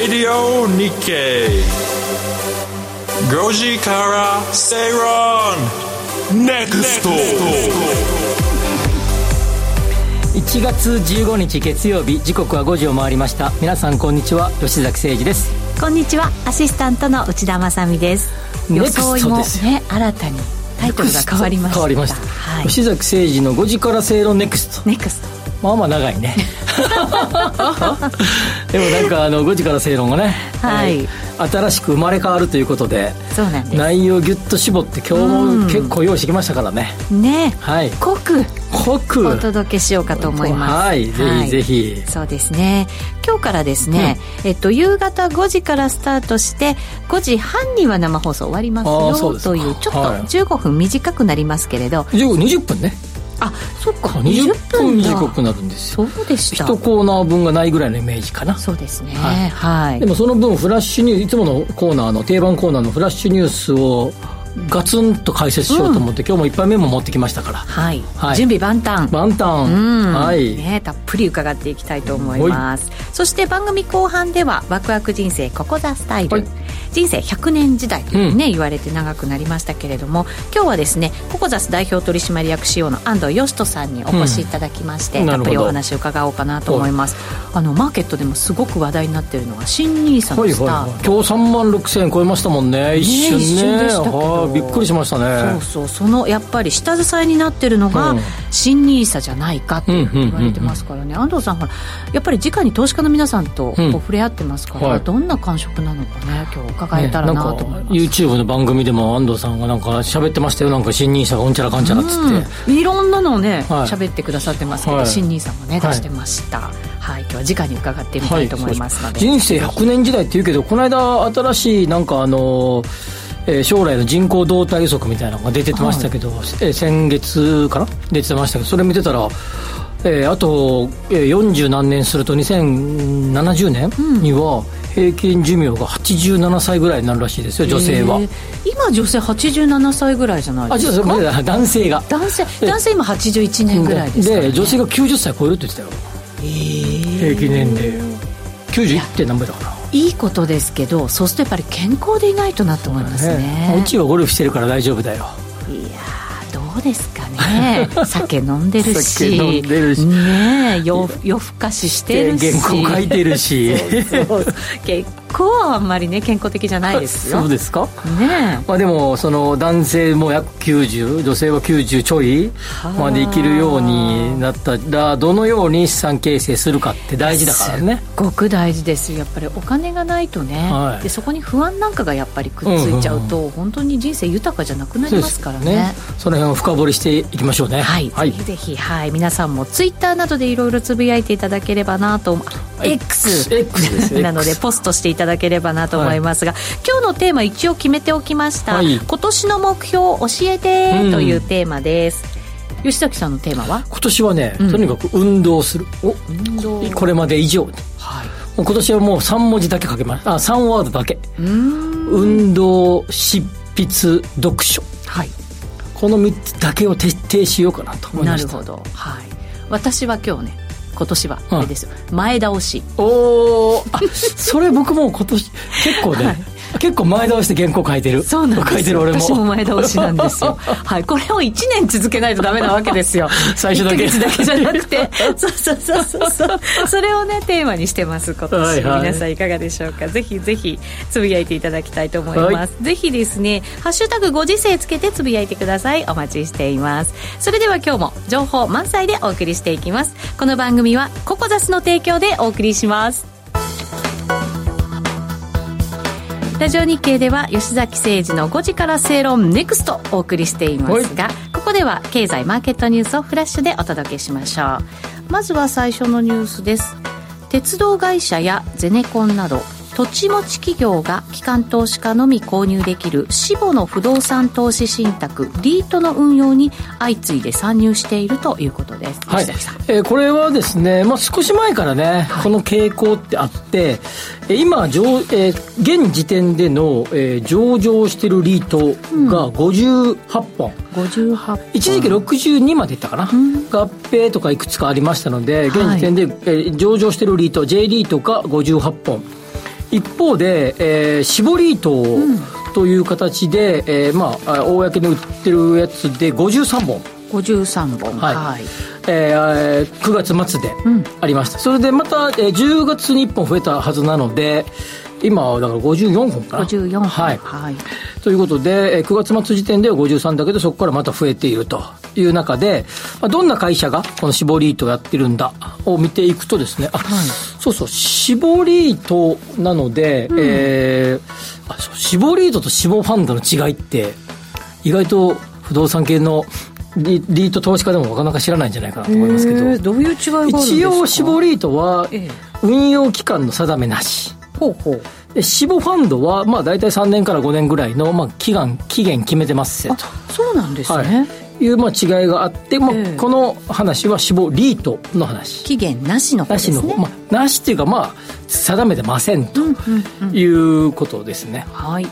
オ日経5時から正論ネクスト1月15日月曜日時刻は5時を回りました皆さんこんにちは吉崎誠二ですこんにちはアシスタントの内田まさみですネ予クスト想ですもよね新たにタイトルが変わりました変わりました、はい、吉崎誠二の5時から正論ネクストネクストまあまあ長 いねでもなんかあの5時から正論がね、はいはい新しく生まれ変わるということでそうなんで内容をギュッと絞って今日も結構用意してきましたからね、すねはい濃く濃くお届けしようかと思いますはいぜひぜひ、そうですね今日からですね、えっと、夕方5時からスタートして5時半には生放送終わりますあーそうよですかというちょっとはい15分短くなりますけれど、 15 20分ねあそっか20 20分分だ短くなるんですよそうでした一コーナー分がないぐらいのイメージかなそうですねはいはいでもその分フラッシュニュースいつものコーナーの定番コーナーのフラッシュニュースをガツンと解説しようと思って、今日もいっぱいメモ持ってきましたからはい、はい準備万端満タン、うんはい、ね、たっぷり伺っていきたいと思いますそして番組後半では「ワクワク人生ここザスタイル」はい人生100年時代というね、言われて長くなりましたけれども今日はですねココザス代表取締役 CEO の安藤義人さんにお越しいただきまして、うんたっぷりなるほどお話を伺おうかなと思いますあのマーケットでもすごく話題になってるのが新ニーサはのいはいスター、はい今日3万6000円超えましたもんね一瞬ね一瞬でしたけどはいびっくりしましたそうねそうそのやっぱり下支えになってるのがうん新ニーサじゃないかって言われてますからね安藤さんほらやっぱり直に投資家の皆さんとこうんう触れ合ってますから、はいどんな感触なのかね今日伺ねえたならんなかと思います、 YouTube の番組でも安藤さんがなんか喋ってましたよなんか新任者がうんちゃらかんちゃらっつって、うんいろんなのをねはい喋、ってくださってますけど、はい新ニーサもねはい出してましたはい、今日は直に伺ってみたいと思いますので、人生100年時代って言うけどこの間新しいなんかあのえー将来の人口動態予測みたいなのが出てましたけど、えー先月かな出てましたけどそれ見てたら、えーあと、えー40何年すると2070年には平均寿命が87歳ぐらいになるらしいですよ女性はえー今女性87歳ぐらいじゃないあで違うすそかれごめんなさい男性が男性男性今81年ぐらいですから、ね、で女性が90歳超えるって言ってたよ平均年齢91って何倍だかないいことですけどそうするとやっぱり健康でいないとなと思いますねうちはゴルフしてるから大丈夫だよいやーどうですか ね酒飲んでるし酒飲んでるしねえ夜夜更かししてるし原稿書いてるし そうそう結構あんまりね健康的じゃないですよそうですかねまあでもその男性も約90女性は90ちょいまで生きるようになったらどのように資産形成するかって大事だからねえごく大事ですよやっぱりお金がないとね、はいでそこに不安なんかがやっぱりくっついちゃうと、本当に人生豊かじゃなくなりますからそうねその辺を深掘りしていきましょうねはい、ぜひぜひ、はい、皆さんもツイッターなどでいろいろつぶやいていただければなと思、あ X, X です なので X ポストしていただければなと思いますが、今日のテーマ一応決めておきました、はい今年の目標を教えてというテーマです、吉崎さんのテーマは今年はね、うんとにかく運動するお運動これまで以上にはいもう今年はもう3文字だけ書けますあ3ワードだけうーん運動執筆読書はいこの3つだけを徹底しようかなと思いなましるたほどはい私は今日ね今年はあれですよ、前倒しおーあそれ僕も今年結構ね、結構前倒しで原稿書いてるそうなん書でいすてるよ俺も私も前倒しな んですよ、はい、これを1年続けないとダメなわけですよ最初だけ1ヶ月だけじゃな くてそうそうそうそうそうそれをねテーマにしてます今年、はいはい皆さんいかがでしょうかぜひぜひつぶやいていただきたいと思います、はいぜひですね「ハッシュタグご時世」つけてつぶやいてくださいお待ちしていますそれでは今日も情報満載でお送りしていきますこの番組は「ココザス」の提供でお送りしますラジオ日経では吉崎誠二の5時から正論ネクストお送りしていますが、ここでは経済マーケットニュースをフラッシュでお届けしましょうまずは最初のニュースです鉄道会社やゼネコンなど土地持ち企業が機関投資家のみ購入できる死母の不動産投資信託リートの運用に相次いで参入しているということです、はい吉崎さん、えーこれはですね、まあ、少し前からね、この傾向ってあって、えー今上、えー現時点での、えー上場してるリートが58本、 58一時期62までいったかな、合併とかいくつかありましたので、現時点で、えー上場してるリート、J リートが58本、一方で、えー、絞り糸という形で、えーまあ、公に売ってるやつで53本。 53本はい、えー、9月末でありました、うん、それでまた、えー、10月に1本増えたはずなので今だから54本かな54本はい、はい、ということで、えー、9月末時点では53だけどそこからまた増えているという中で、まあ、どんな会社がこの絞り糸をやってるんだを見ていくとですねあ、はい、そうそう絞り糸なので、うん、えー、あそう絞り糸と絞ファンドの違いって意外と不動産系のリリート投資家でもなかなか知らないんじゃないかなと思いますけどどういう違いがあるんですか一応絞リートは運用期間の定めなし、ええ、ほうほうで死亡ファンドはまあ大体3年から5年ぐらいのまあ期間期限決めてますせと、そうなんですね、はいいうまあ違いがあって、まあ、え、この話は死亡リートの話期限なしの方ですねなしの、まあ、なしっていうかまあ定めてませんということですね、はい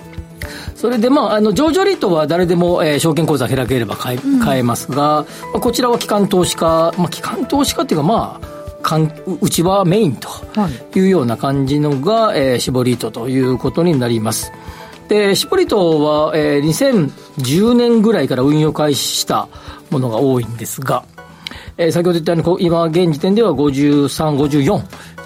それで、まあ、あの上場リートは誰でも、えー、証券口座開ければ買え,、買えますが、うんまあ、こちらは機関投資家、まあ、機関投資家っていうか、まあ、かんうちはメインというような感じのが、はい、えー、絞り糸ということになります。で絞り糸は、えー、2010年ぐらいから運用開始したものが多いんですが、えー、先ほど言ったように今現時点では5354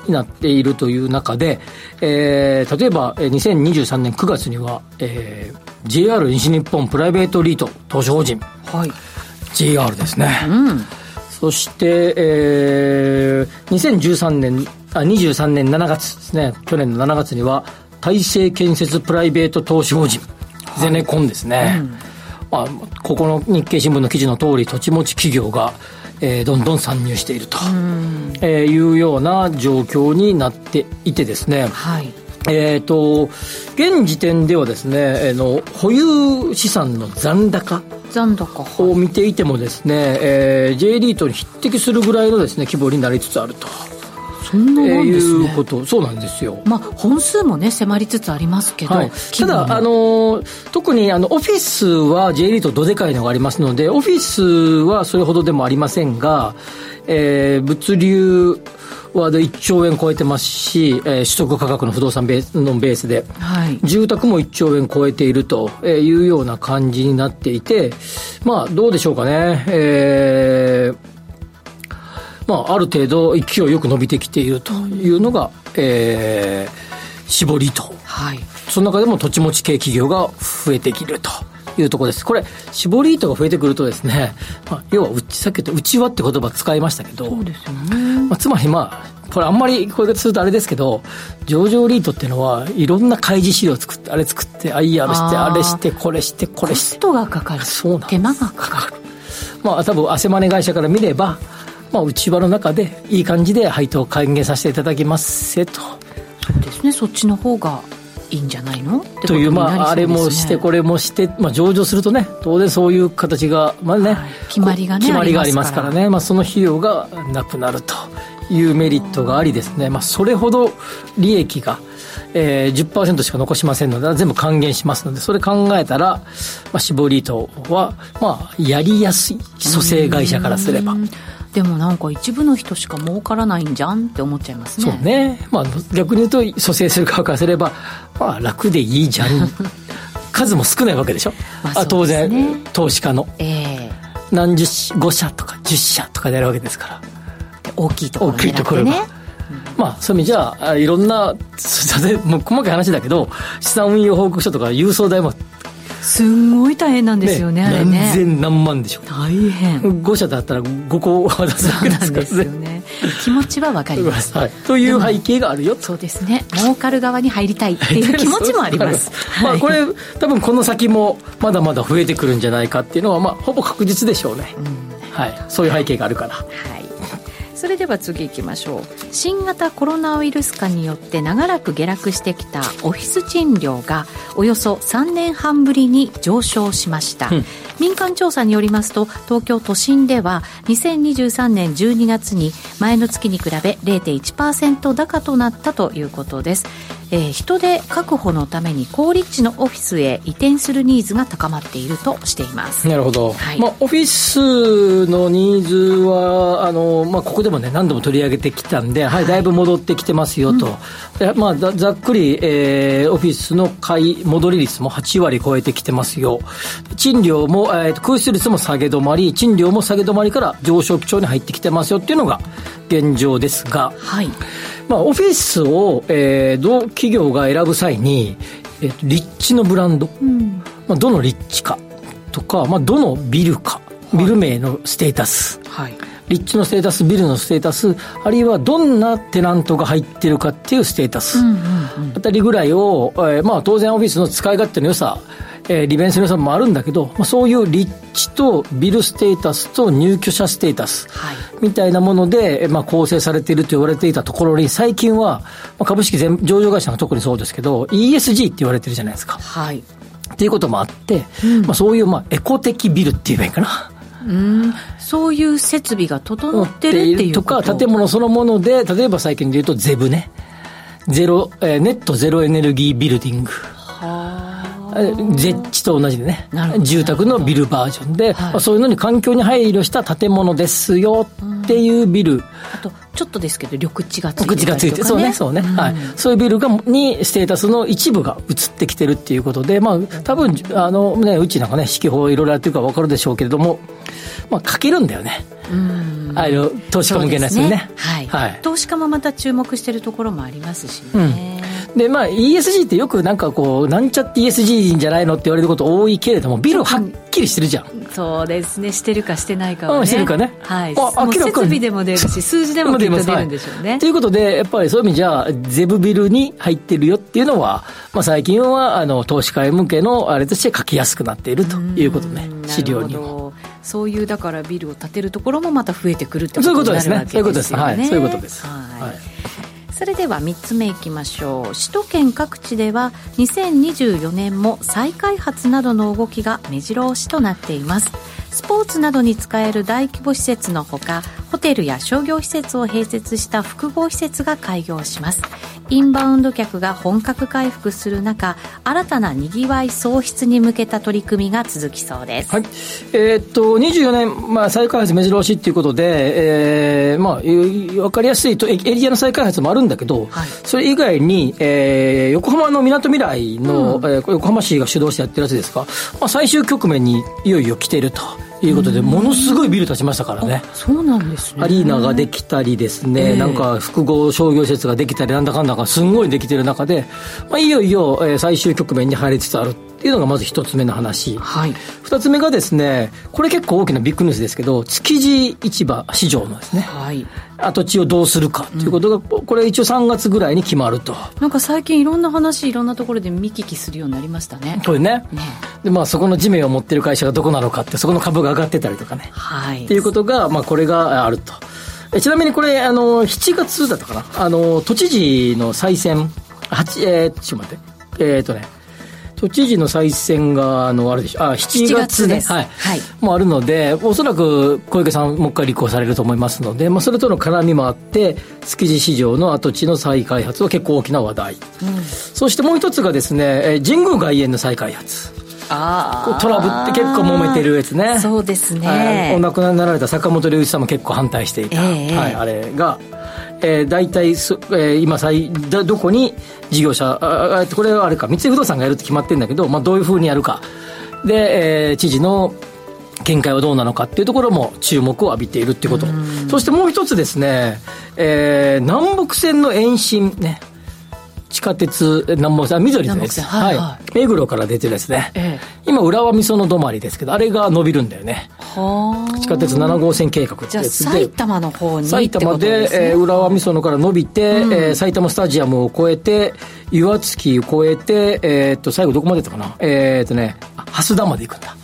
になっているという中で、えー、例えば2023年9月には、えー、JR 西日本プライベートリート投資法人、はい、 JR ですね、うん、そして、えー、2013年あ23年7月ですね去年の7月には大成建設プライベート投資法人、はい、ゼネコンですね、うん、まあ、ここの日経新聞の記事の通り土地持ち企業がえー、どんどん参入していると、えー、いうような状況になっていてですね、はい、えーと、と現時点ではですね、えーの、の保有資産の残高残高を見ていてもですね、えー、J リートに匹敵するぐらいのですね規模になりつつあると。そんなもんですね、えー、いうことそうなんですよ、まあ、本数もね迫りつつありますけど、はい、ただ、あの特にあのオフィスは J リートどでかいのがありますのでオフィスはそれほどでもありませんが、えー、物流はで1兆円超えてますし、えー、取得価格の不動産ベースのベースで、はい、住宅も1兆円超えているというような感じになっていて、まあ、どうでしょうかね、えー、まあ、ある程度勢いよく伸びてきているというのが、えー、絞りと、はい、その中でも土地持ち系企業が増えてきると。いうところですこれ絞り糸が増えてくるとですね、まあ、要はうちさっき言った「うちは」って言葉使いましたけどそうですよね、まあ、つまりまあこれあんまりこういうことするとあれですけど上場リートっていうのはいろんな開示資料作ってあれ作って IR してあれしてこれしてこれしてコストがかかるそうなん手間がかかるまあ多分汗マネ会社から見ればまあ、内輪の中でいい感じで配当還元させていただきますせとそうですねそっちの方がいいんじゃないのという、ね、まあ、あれもしてこれもして、まあ、上場するとね当然そういう形が、まあね、はい、決まりがね決まりがありますからね、まあ、その費用がなくなるというメリットがありですね、まあ、それほど利益が、えー、10%しか残しませんので全部還元しますのでそれ考えたら、まあ、絞り糸は、まあ、やりやすい蘇生会社からすれば。でもなんか一部の人しか儲からないんじゃんって思っちゃいますねそうね、まあ、逆に言うと蘇生する側からすれば、まあ、楽でいいじゃ ん数も少ないわけでしょ、まあ、ね、当然投資家の、えー、何十5社とか10社とかでやるわけですから大きいところ、ね、大きいところが、うん、まあ、そういう意味じゃあいろんなもう細かい話だけど資産運用報告書とか郵送代もすんごい大変なんですよね、ね、あれね何千何万でしょ大変5社だったら5個渡すわけですからね、ね、気持ちは分かります、 はい、という背景があるよそうですね儲かる側に入りたいっていう 気持ちもありますまあこれ多分この先もまだまだ増えてくるんじゃないかっていうのはまあほぼ確実でしょうね、うん、はい、そういう背景があるから、はいそれでは次行きましょう新型コロナウイルス化によって長らく下落してきたオフィス賃料がおよそ3年半ぶりに上昇しました、うん、民間調査によりますと東京都心では2023年12月に前の月に比べ0.1%高となったということですえー人手確保のために高立地のオフィスへ移転するニーズが高まっているとしています。なるほど、はいまあ、オフィスのニーズは、あのまあ、ここでも、ね、何度も取り上げてきたんで、はい、だいぶ戻ってきてますよと、でまあ、ざざっくり、えーオフィスの買い戻り率も8割超えてきてますよ、賃料も、えーと空室率も下げ止まり、賃料も下げ止まりから上昇基調に入ってきてますよっていうのが現状ですが。はい、まあ、オフィスを、えー同企業が選ぶ際に、えーと立地のブランド、まあ、どの立地かとか、まあ、どのビルか、ビル名のステータス、はい、立地のステータス、ビルのステータス、あるいはどんなテナントが入ってるかっていうステータス、あたりぐらいを、えーまあ、当然オフィスの使い勝手の良さ、えー利便性の良さもあるんだけど、まあ、そういう立地とビルステータスと入居者ステータス、はいみたいなもので、えーまあ、構成されていると言われていたところに、最近は、まあ、株式全上場会社が特にそうですけど、ESG って言われてるじゃないですか。はい、っていうこともあって、まあ、そういう、まあ、エコ的ビルって言えばいいか な。そういう設備が整持ってるっていうとことか建物そのもので例えば最近で言うとゼブねゼロ、えーネットゼロエネルギービルディングえーゼッチと同じでねなるほど住宅のビルバージョンで、はいまあそういうのに環境に配慮した建物ですよっていうビル、あとちょっとですけど緑地がついてたり口がついて、とかそうね、そうね、はい、そういうビルがにステータスの一部が移ってきてるっていうことで、まあ多分あのねうちなんかね、四季法いろいろやってるから分かるでしょうけれども、まあ、かけるんだよね、ああいう投資家向けのやつにね。はい、投資家もまた注目してるところもありますしね、でまあ、ESG ってよくなんかこう、なんちゃって ESG じゃないのって言われること多いけれども、ビルはっきりしてるじゃん。そうですねしてるかしてないかはうねんしてるかねはいあも明うらかに設備でも出るし数字でもきっと出るんでしょうはねいということで、やっぱりそういう意味じゃ、ゼブビルに入ってるよっていうのは、まあ、最近はあの投資家向けのあれとして書きやすくなっているということねうん、資料になるも。ほどそういうだからビルを建てるところもまた増えてくるってこそういうとこにとなですね。そういるわけうことでですす。よねはい。そういうことです。はいはいそれでは3つ目いきましょう首都圏各地では2024年も再開発などの動きが目白押しとなっていますスポーツなどに使える大規模施設のほかホテルや商業施設を併設した複合施設が開業しますインバウンド客が本格回復する中新たなにぎわい創出に向けた取り組みが続きそうです、はい、えーっと24年、まあ、再開発目白押しっていうことで、えーまあ、分かりやすいとエエリアの再開発もあるんだけど、はいそれ以外に、えー横浜のみなとみらいの、えーこれ横浜市が主導してやってるやつですか、まあ、最終局面にいよいよ来ているということで、ものすごいビル建ちましたからね。そうなんですアリーナができたりですね、なんか複合商業施設ができたり、なんだかんだかすんごいできてる中で、まあ、いよいよ、えー最終局面に入りつつあるっていうのがまず一つ目の話。はい二つ目がですね、これ結構大きなビッグニュースですけど、築地市場市場のですね、はい跡地をどうするかということが、これ一応3月ぐらいに決まると。なんか最近いろんな話いろんなところで見聞きするようになりましたね。これね。ねで、まあそこの地面を持ってる会社がどこなのかって、そこの株が上がってたりとかね。はい。っていうことが、まあこれがあると。えちなみにこれ、あの、7月だったかな。あの、都知事の再選、八えーちょっと待って。えーっ、とね、都知事の再選が、あの、あるでしょ。あ、7月7月ね。ですはいもあるので、おそらく小池さん、もう一回立候補されると思いますので、まあ、それとの絡みもあって、築地市場の跡地の再開発は結構大きな話題、そしてもう一つがですね、えー神宮外苑の再開発、あートラブって結構揉めてるやつね、そうですはいおね。亡くなりになられた坂本龍一さんも結構反対していた、ええはい、あれが。えー、大体そ、えー今最どどこに事業者ああえっとこれはあれか三井不動産がやるって決まってるんだけど、まあ、どういうふうにやるかで、えー知事の見解はどうなのかっていうところも注目を浴びているっていうことそしてもう一つですね、えー南北線の延伸ね地下鉄え南北線あ緑のやつ南北線はいはい目黒から出てるですね、え今浦和美園止まりですけどあれが伸びるんだよねはあ地下鉄7号線計画ってじゃやあつ埼玉の方に埼玉でえーう浦和美園から伸びて、えー埼玉スタジアムを越えて岩槻を越えて、えーっと最後どこまで行ったかなえーっとねあ蓮田まで行くんだ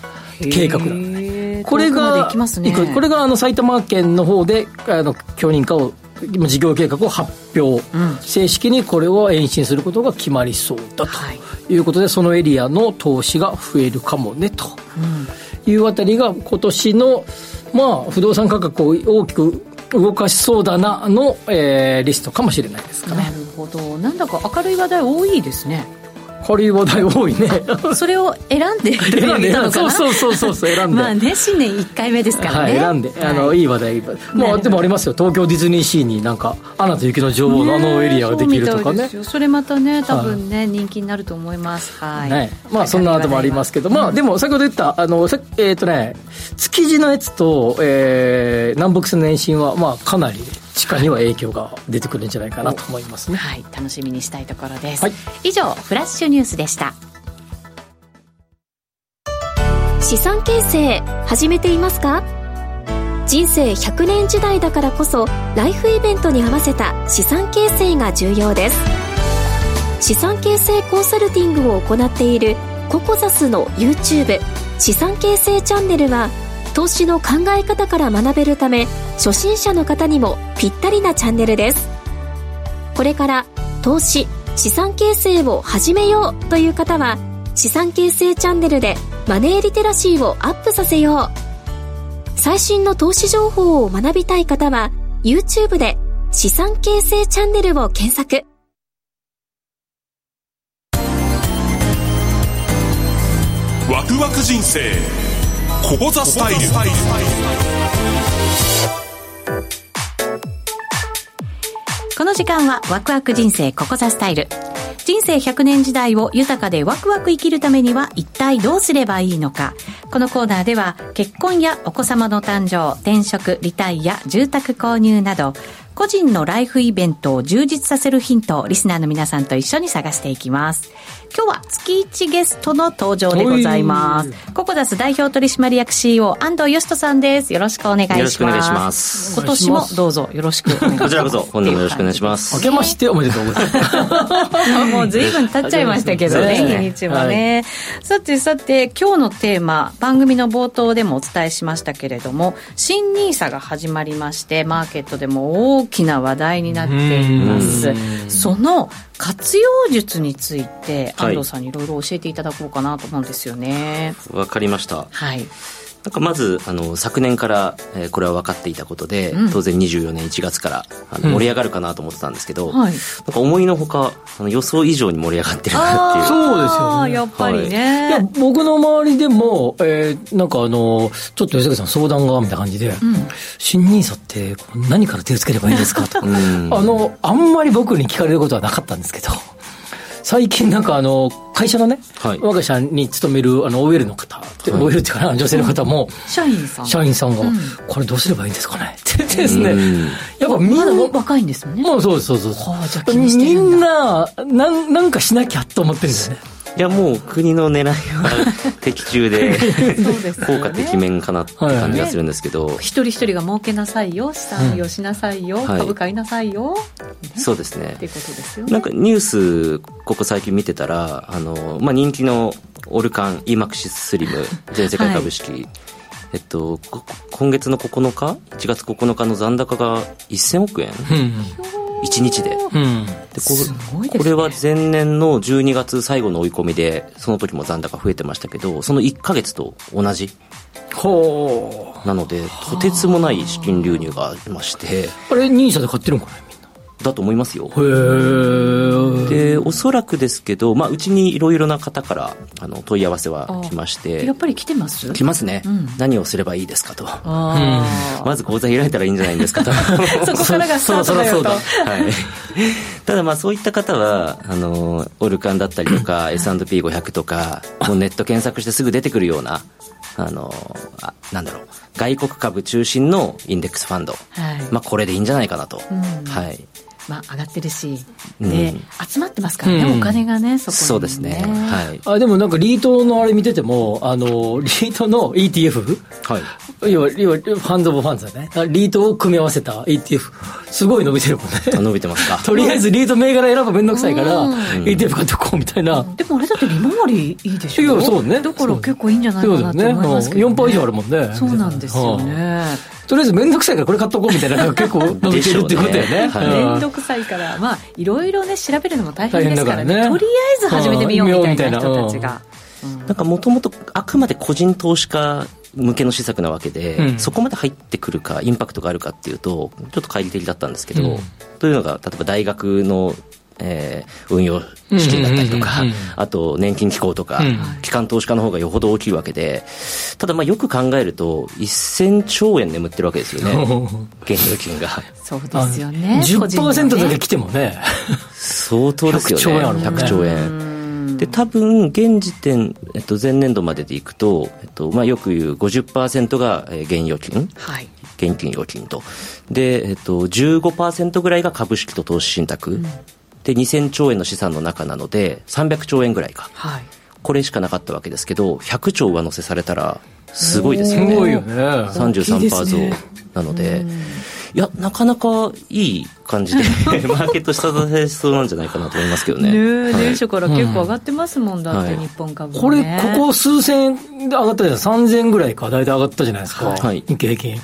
計画なんだねこれが行きますね。行くこれがあの埼玉県の方であの許認可を今事業計画を発表、正式にこれを延伸することが決まりそうだとはいいうことで、そのエリアの投資が増えるかもねというあたりが今年の、まあ、不動産価格を大きく動かしそうだなの、えーリストかもしれないですかなねる。ほどなんだか明るい話題多いですね明るい話題多い ねそれを選んで選んで選んで そうそうそうそう選んでまあね新年1回目ですからね、はい、選んであの、はい、いい話題いい話題、まあ、でもありますよ東京ディズニーシーになんか「アナと雪の女王」のあのエリアができるとかね、ね、それまたね多分ね、はい、人気になると思いますはい、ね、まあそんな後もありますけど、まあでも先ほど言ったあのえっ、ー、とね築地のやつと、えー、南北線の延伸はまあかなり地下には影響が出てくるんじゃないかなと思いますね。はい、楽しみにしたいところです。はい、以上フラッシュニュースでした。資産形成始めていますか？人生100年時代だからこそライフイベントに合わせた資産形成が重要です。資産形成コンサルティングを行っているココザスの YouTube 資産形成チャンネルは投資の考え方から学べるため初心者の方にもぴったりなチャンネルですこれから投資資産形成を始めようという方は資産形成チャンネルでマネーリテラシーをアップさせよう最新の投資情報を学びたい方は YouTube で資産形成チャンネルを検索ワクワク人生ここザスタイルこの時間はワクワク人生ここザスタイル人生100年時代を豊かでワクワク生きるためには一体どうすればいいのかこのコーナーでは結婚やお子様の誕生転職リタイア住宅購入など個人のライフイベントを充実させるヒントをリスナーの皆さんと一緒に探していきます。今日は月1ゲストの登場でございます。ココダス代表取締役 CEO 安藤義人さんです。よろしくお願いします。よろしくお願いします。今年もどうぞよろしくお願いします。。こちらこそ本年もよろしくお願いします。明けましておめでとうございますもう随分経っちゃいましたけどね、日にちもね、はい。さてさて、今日のテーマ、番組の冒頭でもお伝えしましたけれども、新ニーサが始まりまして、マーケットでも大大きな話題になっています。その活用術について安藤さんにいろいろ教えていただこうかなと思うんですよね。わ、はい、かりました。はい。なんかまずあの昨年から、えー、これは分かっていたことで、うん、当然24年1月からあの、うん、盛り上がるかなと思ってたんですけど、はい、なんか思いのほかあの予想以上に盛り上がってるなっていうそうですよねやっぱりね、はい、いや僕の周りでも、えー、なんかあのちょっと吉崎さん相談がみたいな感じで、うん、新ニーサって何から手をつければいいですかとか、あのあんまり僕に聞かれることはなかったんですけど最近なんかあの会社のね、はい、我が社に勤めるあの OL の方、はい、OL っていうかな女性の方も、社員さん社員さんが、うん、これどうすればいいんですかね って言ってですね、やっぱみんな、ま、若いんですよねもうそうそうそうそうみんななんなんかしなきゃと思ってるんですねいやもう国の狙いは的中 で効果的面かなって感じがするんですけど、ね、一人一人が儲けなさいよ資産利用しなさいよ、うん、株買いなさいよ、ね、そうですねっていうことですよ、ね、なんかニュースここ最近見てたらあの、まあ、人気のオルカン EMAXIS スリム全世界株式、はいえっと、今月の9日1月9日の残高が1000億円、うん1日で,うん、でこで、ね、これは前年の12月最後の追い込みでその時も残高増えてましたけどその1か月と同じほなのでとてつもない資金流入がありましてあれ NISA で買ってるんかねみんなだと思いますへよえでおそらくですけど、まあ、うちにいろいろな方からあの問い合わせは来ましてやっぱり来てます来ますね、うん、何をすればいいですかと、うん、まず口座開いたらいいんじゃないんですかと そこからがスタートだよとはい、ただまあそういった方はあのオルカンだったりとか S&P500 とかもうネット検索してすぐ出てくるようなあのあなんだろう外国株中心のインデックスファンド、はい、まあ、これでいいんじゃないかなと、うん、はいまあ、上がってるし、で、うん、集まってますからね、うん、お金がね、そこ、ね、そうですね、はい、あでもなんか、リートのあれ見てても、あのリートの ETF、はい、要は要はファンド・オブ・ファンズだね、リートを組み合わせた ETF、すごい伸びてるもんね、 伸びてますかとりあえずリート銘柄選ぶめんどくさいから、うん、ETF 買ってこうみたいな、でもあれだって、利回りいいでしょ、いやそうね、だから結構いいんじゃないかなと思いますけど、ね、 4%以上あるもんね、そうなんですよね。はあ、とりあえず面倒くさいからこれ買っとこうみたいな結構伸びてるってことだよねねはい面倒くさいからまあいろいろね調べるのも大変ですからね、ね、とりあえず始めてみようみたいな人たちが、うん、なんかもともとあくまで個人投資家向けの施策なわけで、うん、そこまで入ってくるかインパクトがあるかっていうとちょっと懐疑的だったんですけど、うん、というのが例えば大学のえー運用資金だったりとか、あと年金機構とか、機関投資家の方がよほど大きいわけで、ただまあよく考えると、1000兆円眠ってるわけですよね、現預金が。そうですよね10%だけ来てもね、相当ですよね、 100兆円あるもんね100兆円。で多分現時点、えっと、前年度まででいくと、えっとまあ、よく言う50%がえー現預金、はい現金預金と。で、えっと、15%ぐらいが株式と投資信託。で、2000兆円の資産の中なので、300兆円ぐらいか。はいこれしかなかったわけですけど、100兆上乗せされたら、すごいですよね。すごいよね大きいです33%ね増なので、いや、なかなかいい感じで、 マーケット下支えしそうなんじゃないかなと思いますけどね。ねえはい年初から結構上がってますもんだって、うん日本株、ね、これ、ここ数千円で上がったじゃない3000円ぐらいか、大体上がったじゃないですか、はい日経平均。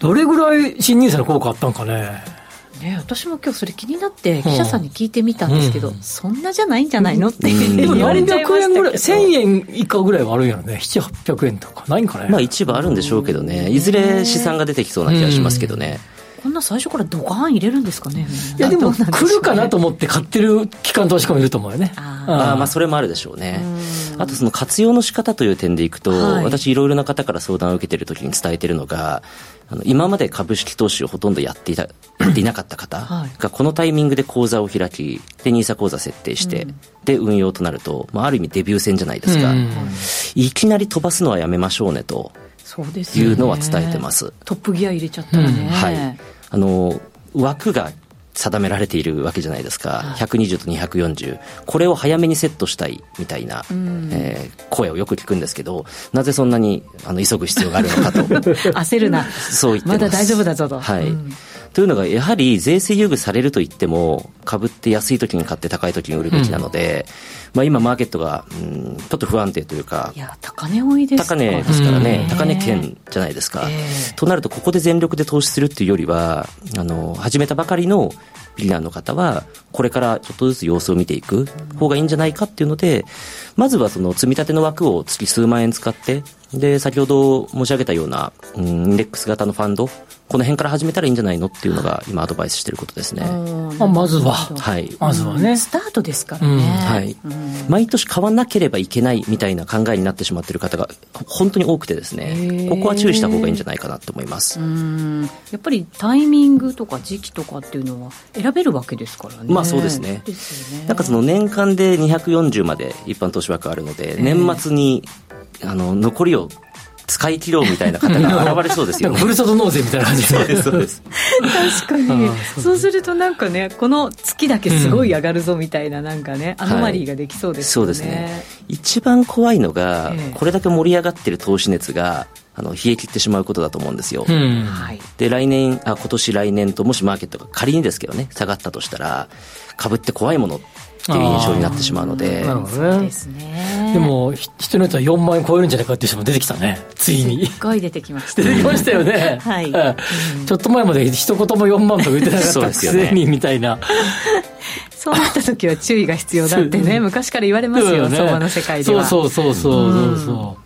どれぐらい新 NISA の効果あったんかね。ね、私も今日それ気になって記者さんに聞いてみたんですけど、そんなじゃないんじゃないのって、うんでも 言われちゃいま400した円けぐどらい、1000円以下ぐらいはあるんやろね。7、800円とか。ないんかね。まあ一部あるんでしょうけどね、いずれ資産が出てきそうな気がしますけどね。こんな最初からドカーン入れるんですかねいやでどうも、なんしょう来るかなと思って買ってる機関投資家もいると思うよね。ああーまああそれもあるでしょうね。あとその活用の仕方という点でいくと、はい私いろいろな方から相談を受けてる時に伝えてるのが、あの今まで株式投資をほとんどやっていた、 やっていなかった方はいがこのタイミングで口座を開き、で、ニーサ口座設定して、で、運用となると、まあある意味デビュー戦じゃないですか。うんいきなり飛ばすのはやめましょうねと。そうですよねいうのは伝えてますトップギア入れちゃったらね、はい、あの枠が定められているわけじゃないですか、120と240、これを早めにセットしたいみたいな、えー声をよく聞くんですけど、なぜそんなにあの急ぐ必要があるのかと、焦るなそう言ってますまだ大丈夫だぞとはいうんというのが、やはり税制優遇されると言っても、株って安い時に買って高い時に売るべきなので、まあ、今、マーケットが、うん、ちょっと不安定というかい、や高値多いです高値ですからね、うん高値圏じゃないですか、ええとなるとここで全力で投資するっていうよりはあの始めたばかりのビギナーの方はこれからちょっとずつ様子を見ていく方がいいんじゃないかっていうのでまずはその積み立ての枠を月数万円使ってで先ほど申し上げたような、うん、インデックス型のファンドこの辺から始めたらいいんじゃないのっていうのが今アドバイスしてることですね。うんあまずははいまずはね。スタートですからね、うんはい、毎年買わなければいけないみたいな考えになってしまっている方がほ本当に多くてですへーねここは注意した方がいいんじゃないかなと思います、うんやっぱりタイミングとか時期とかっていうのは選べるわけですからねまあそうですねですよねなんかその年間で240まで一般投資枠あるので年末にあの残りを使い切ろうみたいな方が現れそうですなよんねかふるさと納税みたいな感じ そうで。ですそうです確かにそうするとなんかねこの月だけすごい上がるぞみたいななんかね、んアノマリーができそうです そようね、ですね一番怖いのがええこれだけ盛り上がってる投資熱があの冷え切ってしまうことだと思うんですよ、うん。はいで来年あ今年来年ともしマーケットが仮にですけどね下がったとしたら株って怖いものっていう印象になってしまうのでなるほどでね。すねでも、ひ人によっては4万円超えるんじゃないかっていう人も出てきたね。ついに。すっごい出てきました出てきましたよね。はいうんちょっと前まで一言も4万とか言ってなかっ そうたでくすよねせにみたいな。そうなった時は注意が必要だってね昔から言われますよ、ね相場の世界ではそうそうそうそうそうそ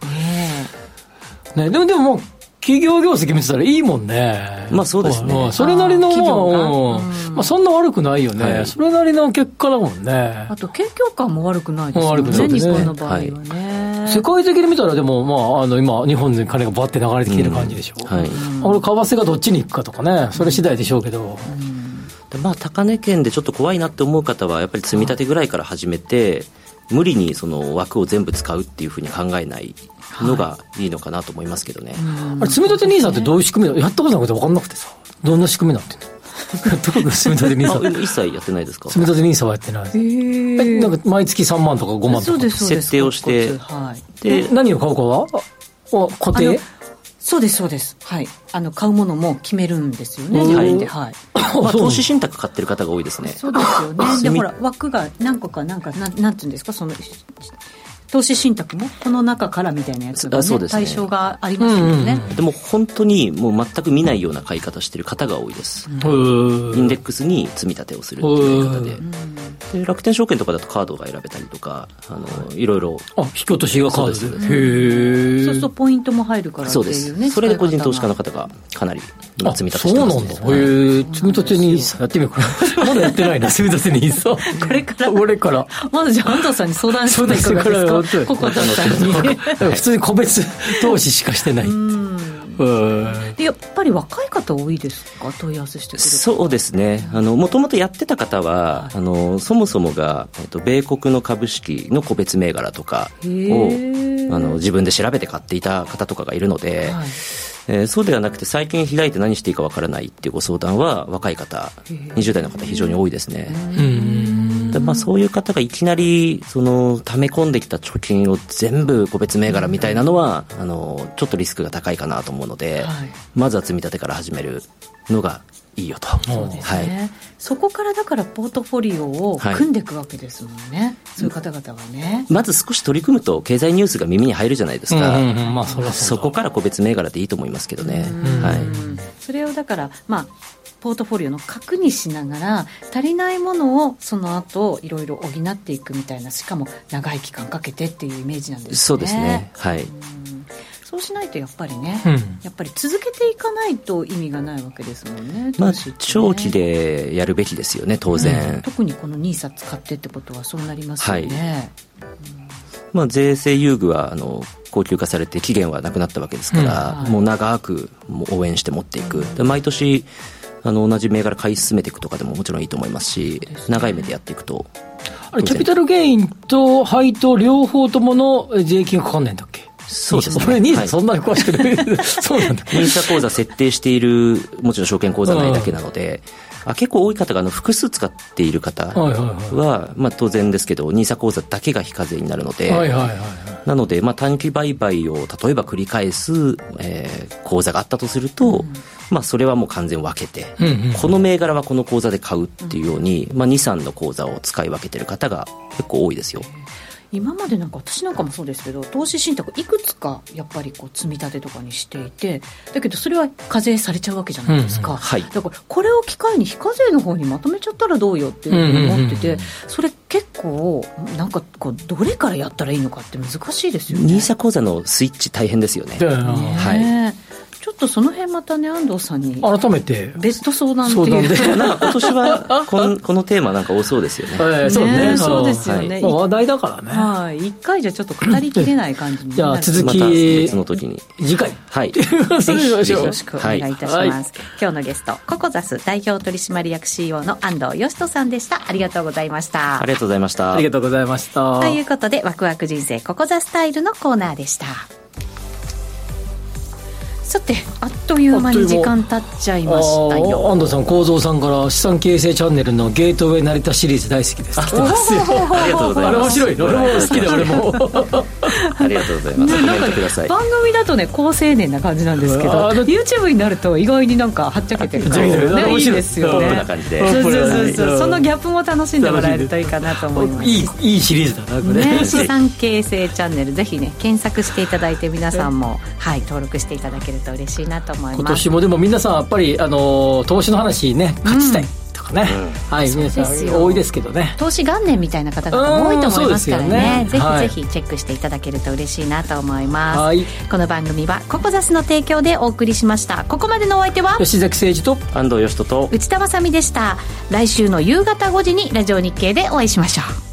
う。ね、でもでももう企業業績見てたらいいもんね。まあそうですねんそれなりのあもー企業がう、うんまあそんな悪くないよね。はいそれなりの結果だもんねあ。と景況感も悪くないですよ悪くないねです日ね本の場合はね、世界的に見たらでもまああの今日本で金がバッて流れてきてる感じでしょ。はいこれ為替がどっちに行くかとかね、それ次第でしょうけど。でまあ、高値圏でちょっと怖いなって思う方はやっぱり積み立てぐらいから始めて無理にその枠を全部使うっていうふうに考えないのがいいのかなと思いますけどね、あれ、積み立て兄さんってどういう仕組みなのやったことなくて分かんなくてさ。どんな仕組みなってんの どういう積み立て兄さんあ。 一切やってないですか積み立て NISA はやってない。え、なんか毎月3万とか5万そとうかで。すそうです設定をしてコツコツはいえで何を買うかはああの家そうですそうですはいあの買うものも決めるんですよねうん自分ではいまそあ、う投資信託買ってる方が多いですねそうですよねでみほら枠が何個かなんかなんなんていうんですかそのし投資信託もこの中からみたいなやつが、ね、あそうですね対象がありますよね、でも本当にもう全く見ないような買い方してる方が多いです、うインんデックスに積み立てをするっていうやり方で,、で楽天証券とかだとカードが選べたりとかあのいろいろあ引き落としがカードでへえそうするとポイントも入るからってそうでいうねすそれで個人投資家の使い方がかなりあ今積み立そてしうてなまんすだねへえ積み立て n i s やってみようかな まだやってないね積み立て n i s 方これから俺からまずじゃあ安藤さんに相談してもいか 相が談でしてすくれかよココタさんに普通に個別投資しかしてないうんでやっぱり若い方多いですか問い合わせしてくるそうですねもともとやってた方はあのそもそもが、えっと、米国の株式の個別銘柄とかへをーあの自分で調べて買っていた方とかがいるので、はいえーそうではなくて最近開いて何していいかわからないっていうご相談は若い方20代の方非常に多いですね、でまあ、そういう方がいきなりその溜め込んできた貯金を全部個別銘柄みたいなのはあのちょっとリスクが高いかなと思うので、はいまずは積み立てから始めるのがいいよとそうではいねそこからだからポートフォリオを組んでいくわけですもんね、そういう方々はね、まず少し取り組むと経済ニュースが耳に入るじゃないですか、うんうんうんまあそりゃそそうだこから個別銘柄でいいと思いますけどね、はい、うんそれをだからまあポートフォリオの核にしながら足りないものをその後いろいろ補っていくみたいなしかも長い期間かけてっていうイメージなんですねそうですねはいそうしないとやっぱりね、うんやっぱり続けていかないと意味がないわけですもんねまあ投資ってね、長期でやるべきですよね当然、特にこの NISA 使ってってことはそうなりますよね、まあ、税制優遇はあの高級化されて期限はなくなったわけですから、うんはいもう長くもう応援して持っていく、で毎年あの同じ銘柄買い進めていくとかでももちろんいいと思いますし長い目でやっていくとあれキャピタルゲインと配当両方ともの税金がかかんないんだっけそうですね俺兄さはんいそんなに詳しくない そうなんだ認査口座設定しているもちろん証券口座ないだけなので、あ結構多い方があの複数使っている方は、はいはいまあ、当然ですけど認査口座だけが非課税になるので、はいはいはいなので、まあ、短期売買を例えば繰り返す、えー口座があったとすると、まあ、それはもう完全に分けて、うんうんこの銘柄はこの口座で買うっていうように、まあ、23の口座を使い分けてる方が結構多いですよ今までなんか私なんかもそうですけど投資信託いくつかやっぱりこう積み立てとかにしていてだけどそれは課税されちゃうわけじゃないですか、うんうんはいだからこれを機会に非課税の方にまとめちゃったらどうよっていうふうに思ってて、それ結構なんかこうどれからやったらいいのかって難しいですよね。 NISA 口座のスイッチ大変ですよねだよなねちょっとその辺またね安藤さんに改めて別途相談って相い談でうなんか今年はこんこのテーマなんか多そうですよねええそうねねそうですよねはいまあ話題だからねはい一回じゃちょっと語りきれない 感じにじゃなある続まきた別の時に次回はい それでいきましょうよろしくお願いいたします、はい今日のゲストココザス代表取締役 CEO の安藤義人さんでしたありがとうございましたありがとうございましたありがとうございましたということでワクワク人生ココザスタイルのコーナーでしたさてあっという間あにっとい時う間間経っちゃいましたあーよ安藤さん構造さんから資産形成チャンネルのゲートウェイ成田シリーズ大好きです来てますよありがとうござ あいれま面す白いね俺も好きだ俺もありがとうございますコメントください番組だとね高青年な感じなんですけどあーだ YouTube になると意外になんかはっちゃけてる感じ全然がね面いい白いですよポップねな感じでそうそうそポップうなそうねそのギャップも楽しんでもらえるといいかなと思いますいいいいシリーズだなこれ、 ね、資産形成チャンネルぜひね検索していただいて皆さんも、はい、登録していただけると嬉しいなと思い今ます年もでも皆さんやっぱりあの投資の話ね勝ちたいとかね、はい皆さですんよ多いですけどね投資元年みたいな方々も多いと思いますからねうんそうですぜよねひぜひチェックしていただけると嬉しいなと思います、はいこの番組はココザスの提供でお送りしましたここまでのお相手は吉崎誠二と安藤義人と内田まさみでした来週の夕方5時にラジオ日経でお会いしましょう